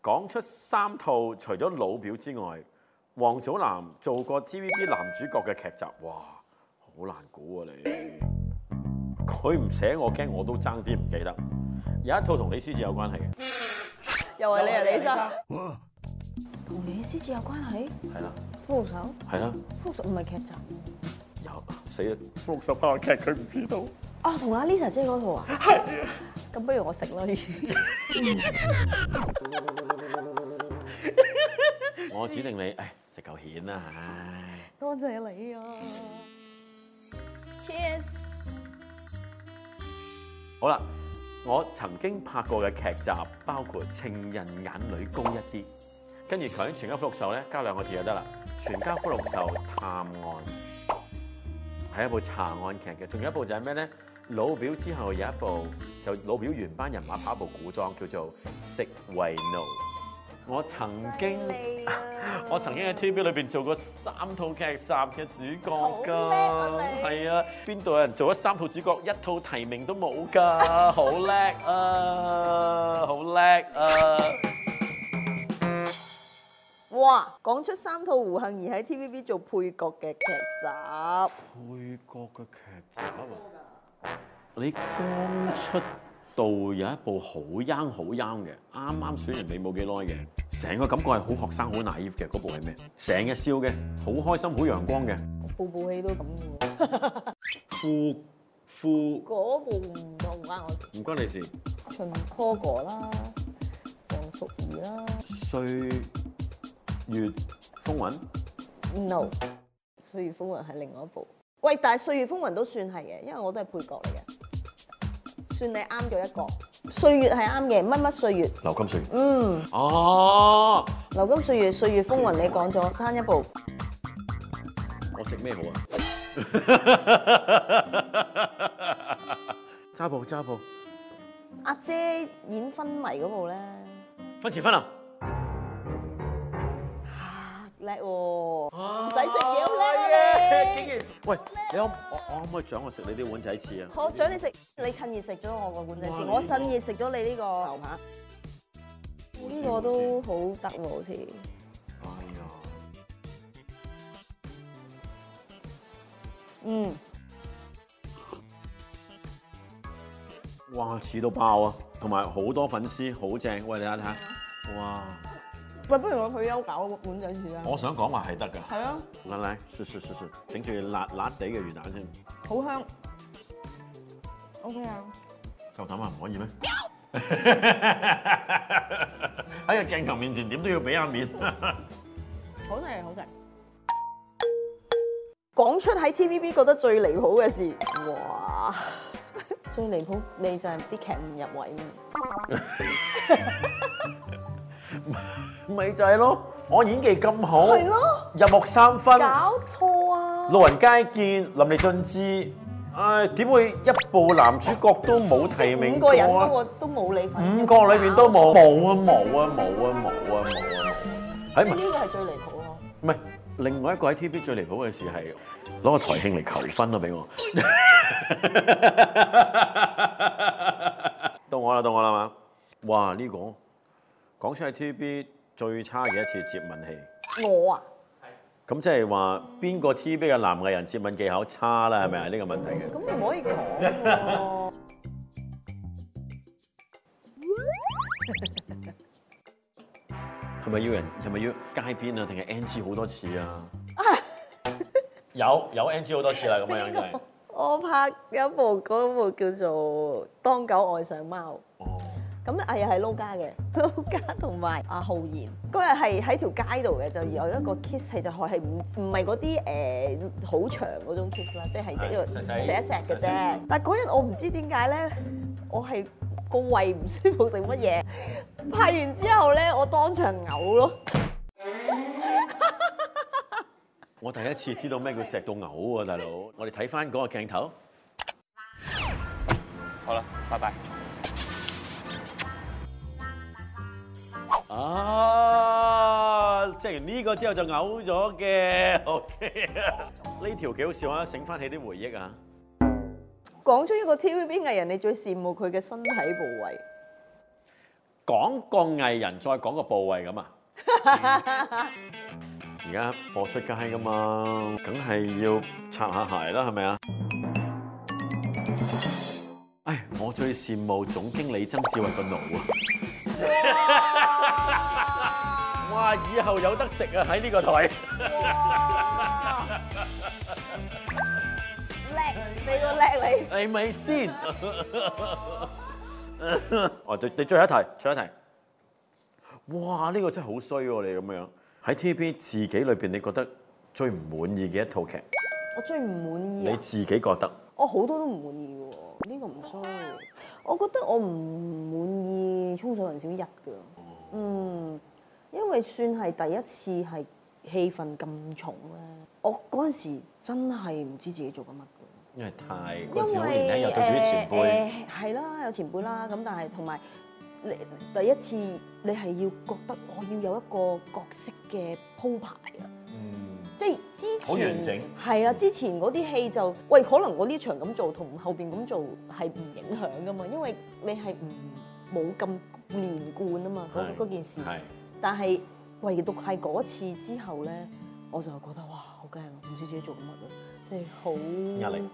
Speaker 1: 講出三套除咗老表之外，黃祖藍做過 TVB 男主角嘅劇集，哇，好難估啊你！佢唔寫我驚我都爭啲唔記得。有一套同李思捷有關係嘅，
Speaker 2: 又係你啊，李生。
Speaker 4: 同李思捷有關係？
Speaker 1: 係啦，
Speaker 4: 復仇？
Speaker 1: 係啦，
Speaker 4: 復仇唔係劇集
Speaker 1: 有死啦！復仇拍劇佢唔知道，
Speaker 4: 啊，同阿 Lisa 姐嗰套啊？係咁不如我食啦，呢啲
Speaker 1: 我指定你，唉，食嚿蜆啦，唉。
Speaker 2: 多謝你啊！Cheers！
Speaker 1: 好啦，我曾經拍過嘅劇集包括《情人眼裏高一啲》，跟住強全家福祿壽咧加兩個字就得啦，《全家福祿壽探案》係一部查案劇嘅，仲有一部就係咩咧？老表之後有一部就老表原班人馬拍一部古裝叫做《食為奴》，我曾經
Speaker 2: 啊
Speaker 1: 我曾經喺 TVB 裏邊做過三套劇集嘅主角㗎，係啊，邊度有人做咗三套主角，一套提名都冇㗎，好叻啊，好叻啊！
Speaker 2: 哇，講出三套胡杏兒喺 TVB 做配角嘅劇集，
Speaker 1: 配角嘅劇集啊，你剛出道有一部好 young 好 young 嘅，啱啱選完美冇幾耐嘅，成個感覺係好學生好 naive 嘅，嗰部係咩？成日笑嘅，好開心好陽光嘅，
Speaker 2: 我部部戲都咁嘅喎。
Speaker 1: 富富
Speaker 2: 嗰部唔同唔關我事，
Speaker 1: 唔關你事。
Speaker 2: 秦科哥啦，黃淑儀啦
Speaker 1: 歲月風雲，
Speaker 2: ，no，《歲月風雲》係另外一部。喂，但係《歲月風雲》都算係嘅，因為我都係配角嚟嘅，算你啱咗一個。歲月係啱嘅，乜乜歲月，
Speaker 1: 流金歲月。
Speaker 2: 嗯。
Speaker 1: 哦，
Speaker 2: 流金歲月，歲月風雲，你講咗爭一步。
Speaker 1: 我食咩好啊？揸步揸步，
Speaker 2: 阿姐演昏迷嗰部咧，
Speaker 1: 婚前婚後。
Speaker 2: 叻喎，唔
Speaker 1: 唔
Speaker 2: 使食嘢好叻啊
Speaker 1: 哎竟
Speaker 2: 你！
Speaker 1: 然，喂，你可我我可唔可以獎我食你啲碗仔翅啊？
Speaker 2: 我獎你食，你趁熱食咗我個碗仔
Speaker 1: 哇
Speaker 2: 翅，
Speaker 1: 你
Speaker 2: 我趁熱食咗你呢個牛扒。呢個都好得喎，好似
Speaker 1: 哎呀，
Speaker 2: 嗯，
Speaker 1: 哇，似到爆啊！同埋好多粉絲，好正。喂，你睇睇，哇！
Speaker 2: 喂，不如我退休搞碗仔啊翅啦。
Speaker 1: 我想講話係得㗎。
Speaker 2: 係啊，
Speaker 1: 嚟嚟，試試試試，整住辣辣地嘅魚蛋先。
Speaker 2: 好香。O K 啊，
Speaker 1: 夠膽啊，唔可 [laughs] 以咩？喺哎個鏡頭面前點都要俾下面。
Speaker 2: 好食好食。講出喺 TVB 覺得最離譜嘅事，哇！最離譜你就係啲劇唔入圍嘛。
Speaker 1: [laughs] 咪就係咯，我演技咁好，
Speaker 2: 係咯
Speaker 1: 入木三分，
Speaker 2: 搞錯啊！
Speaker 1: 路人皆見，淋漓盡致。唉，點會一部男主角都冇提名
Speaker 2: 五
Speaker 1: 過
Speaker 2: 個人都
Speaker 1: 啊？
Speaker 2: 我嗯都冇你
Speaker 1: 五
Speaker 2: 份，
Speaker 1: 個裏邊都冇，冇啊冇啊冇啊冇啊冇啊冇啊！喺
Speaker 2: 呢
Speaker 1: 唔
Speaker 2: 個係最離譜咯。
Speaker 1: 唔係，另外一個喺 TV 最離譜嘅事係攞個台慶嚟求婚咯，俾我。
Speaker 9: [laughs]
Speaker 1: 到我啦，到我啦嘛！哇，呢、個
Speaker 9: 講出係 TVB 最差嘅一次接吻戲，
Speaker 2: 我啊，
Speaker 9: 咁即係話邊個 TVB 嘅男藝人接吻技巧差啦？係咪啊？呢個問題嘅。
Speaker 2: 咁唔可以講喎。
Speaker 9: 係咪要人？係咪要街邊啊？定係 NG 好多次啊？有有 NG 好多次啦，咁樣
Speaker 1: [laughs]
Speaker 9: 真係。
Speaker 2: [laughs] 我拍有一部嗰部叫做《當狗愛上貓》。
Speaker 9: 哦，
Speaker 2: 咁咧，啊又係撈家嘅，撈家同埋阿浩然嗰日係喺條街度嘅，就有一個 kiss 係就係唔唔係嗰啲誒好長嗰種 kiss 啦，即係
Speaker 9: 係
Speaker 2: 一個
Speaker 9: 細
Speaker 2: 錫
Speaker 9: 細
Speaker 2: 一錫嘅
Speaker 9: 細細
Speaker 2: 啫。但係嗰日我唔知點解咧，我係個胃唔舒服定乜嘢，拍完之後咧，我當場嘔咯。
Speaker 9: 我第一次知道咩叫錫到嘔啊，大佬！我哋睇翻嗰個鏡頭，
Speaker 10: 好啦，拜拜。
Speaker 9: 啊，即係呢個之後就嘔咗嘅。OK 啊，呢條幾好笑啊！醒翻起啲回憶啊！
Speaker 2: 講出一個 TVB 藝人，你最羨慕佢嘅身體部位，
Speaker 9: 講個藝人再講個部位咁啊！而家播出街噶嘛，梗係要擦下鞋啦，係咪啊？唉，我最羨慕總經理曾志偉個腦啊！ [laughs] 哇！以後有得食啊！喺呢個台，
Speaker 2: 叻你個叻你。
Speaker 9: 係哎咪先？ [laughs] 哦，最你最後一題，最後一題。哇！呢、個真係好衰喎，你咁樣喺 TVB 自己裏邊，你覺得最唔滿意嘅一套劇，
Speaker 2: 我最唔滿意
Speaker 9: 你
Speaker 2: 啊！
Speaker 9: 自己覺得？
Speaker 2: 我哦好多都唔滿意喎，呢、個唔衰。我覺得我唔滿意《沖上雲霄一》㗎，嗯，因為算係第一次係氣氛咁重咧。我嗰陣時真係唔知自己做緊乜㗎。
Speaker 9: 因為太
Speaker 2: 因
Speaker 9: 嗰時好年輕，
Speaker 2: 為
Speaker 9: 又對住啲前輩，
Speaker 2: 誒係啦，有前輩啦，咁但係同埋你第一次你係要覺得我要有一個角色嘅鋪排啊，即係之前
Speaker 9: 嗯好完整
Speaker 2: 係啊，之前嗰啲戲就喂，可能我呢場咁做同後邊咁做係唔影響噶嘛，因為你係唔冇咁連貫啊嘛，嗰
Speaker 9: 係
Speaker 2: 嗰件事。
Speaker 9: 係
Speaker 2: 但係唯獨係嗰次之後咧，我就覺得哇，好驚啊，唔知自己做緊乜啊，即係好
Speaker 9: 壓力，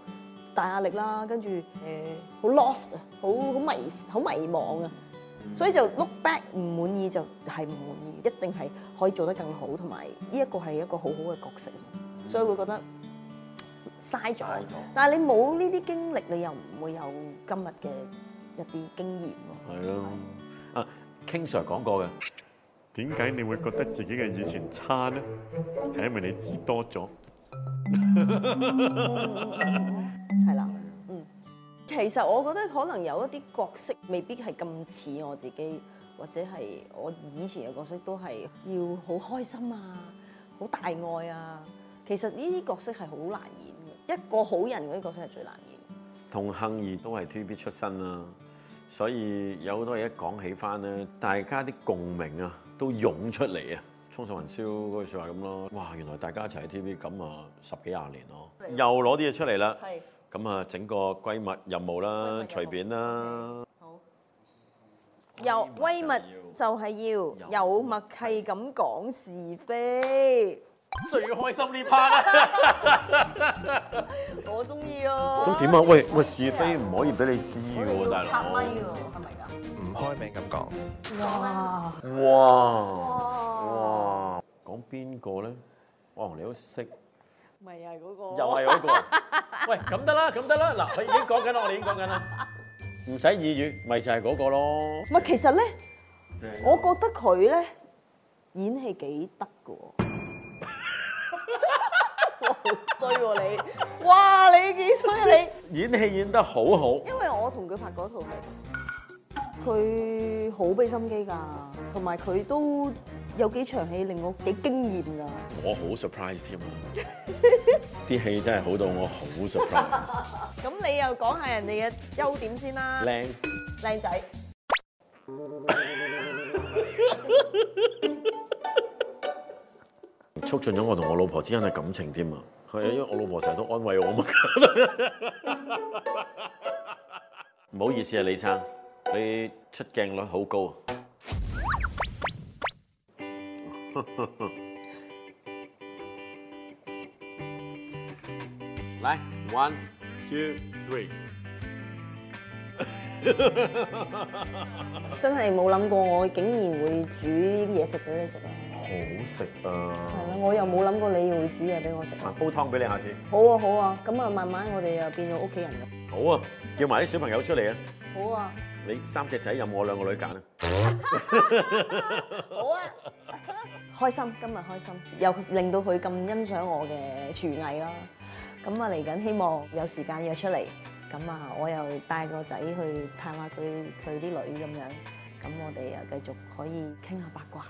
Speaker 2: 大壓力啦，跟住誒好 lost 啊，好好迷好迷茫啊，
Speaker 9: 嗯
Speaker 2: 所以就 look back 唔滿意就係唔滿意，一定係可以做得更好，同埋呢一個係一個好好嘅角色，所以會覺得嗯嘥咗
Speaker 9: 嗯嘥咗。
Speaker 2: 但係你冇呢啲經歷，你又唔會有今日嘅一啲經驗咯。
Speaker 9: 係咯。啊，King Sir 講過嘅，
Speaker 11: 點解你會覺得自己嘅以前差呢？係因為你知多咗。
Speaker 2: 係啦，嗯，其實我覺得可能有一啲角色未必係咁似我自己，或者係我以前嘅角色都係要好開心啊，好大愛啊。其實呢啲角色係好難演嘅，一個好人嗰啲角色係最難演。
Speaker 9: 同幸兒都係 TVB 出身啦，所以有好多嘢一講起翻咧，大家啲共鳴啊都湧出嚟啊！衝上雲霄嗰句説話咁咯，哇！原來大家一齊喺 TVB 咁啊十幾廿年咯，又攞啲嘢出嚟啦。
Speaker 2: 係，
Speaker 9: 咁啊，整個閨蜜任
Speaker 2: 閨
Speaker 9: 務
Speaker 2: 蜜
Speaker 9: 啦
Speaker 2: 任，務
Speaker 9: 隨便啦，
Speaker 2: 有威密就係要有默契咁講是非，
Speaker 9: 最開心呢 part 咧。
Speaker 2: 我中意啊。
Speaker 9: 咁點啊？喂喂，是非唔可以俾你知嘅喎，大
Speaker 2: 插咪
Speaker 9: 佬。
Speaker 2: 喎，係咪㗎？
Speaker 3: 唔開名咁講。
Speaker 2: 哇！
Speaker 9: 哇哇，講邊個咧？我同你都識，
Speaker 2: 咪係嗰
Speaker 9: 又
Speaker 2: 個
Speaker 9: 係嗰個。
Speaker 2: [laughs]
Speaker 9: 喂，咁得啦，咁得啦。嗱，佢已經講緊啦，我哋已經講緊啦，唔使耳語，咪就係嗰個咯。
Speaker 2: 唔係，其實咧，我覺得佢咧演戲幾得㗎喎。 [laughs] 哇好衰喎你！哇，你幾衰啊
Speaker 9: 演戲演得好好
Speaker 2: 你！，因為我同佢拍嗰套戲，佢好俾心機㗎，同埋佢都有幾場戲令我幾驚豔㗎。
Speaker 9: 我好 surprise 添啊！啲戲真係好到我好
Speaker 2: [laughs]
Speaker 9: surprise，
Speaker 2: 咁你又講下人哋嘅優點先啦，
Speaker 9: 靚。
Speaker 2: 靚仔。
Speaker 9: 促進咗我同我老婆之間嘅感情添啊！係啊，因為我老婆成日都安慰我嘛。 [laughs] [laughs] 唔好意思啊，李生，你出鏡率好高啊！来，one two three，
Speaker 2: 真係冇諗過我竟然會煮嘢食俾你食啊！
Speaker 9: 好食
Speaker 2: 係
Speaker 9: 啊！
Speaker 2: 咯，我又冇諗過你會煮嘢俾我食。啊
Speaker 9: 煲湯俾你下次。
Speaker 2: 好啊好啊，咁啊慢慢我哋又變咗屋企人啦。
Speaker 9: 好啊，叫埋啲小朋友出嚟啊！
Speaker 2: 好啊，
Speaker 9: 你三隻仔任我兩個女揀啊！
Speaker 2: 好 [laughs] 啊，開心，今日開心，又令到佢咁欣賞我嘅廚藝啦。咁啊嚟緊希望有時間約出嚟，咁啊我又帶個仔去探下佢佢啲女咁樣，咁我哋又繼續可以傾下八卦。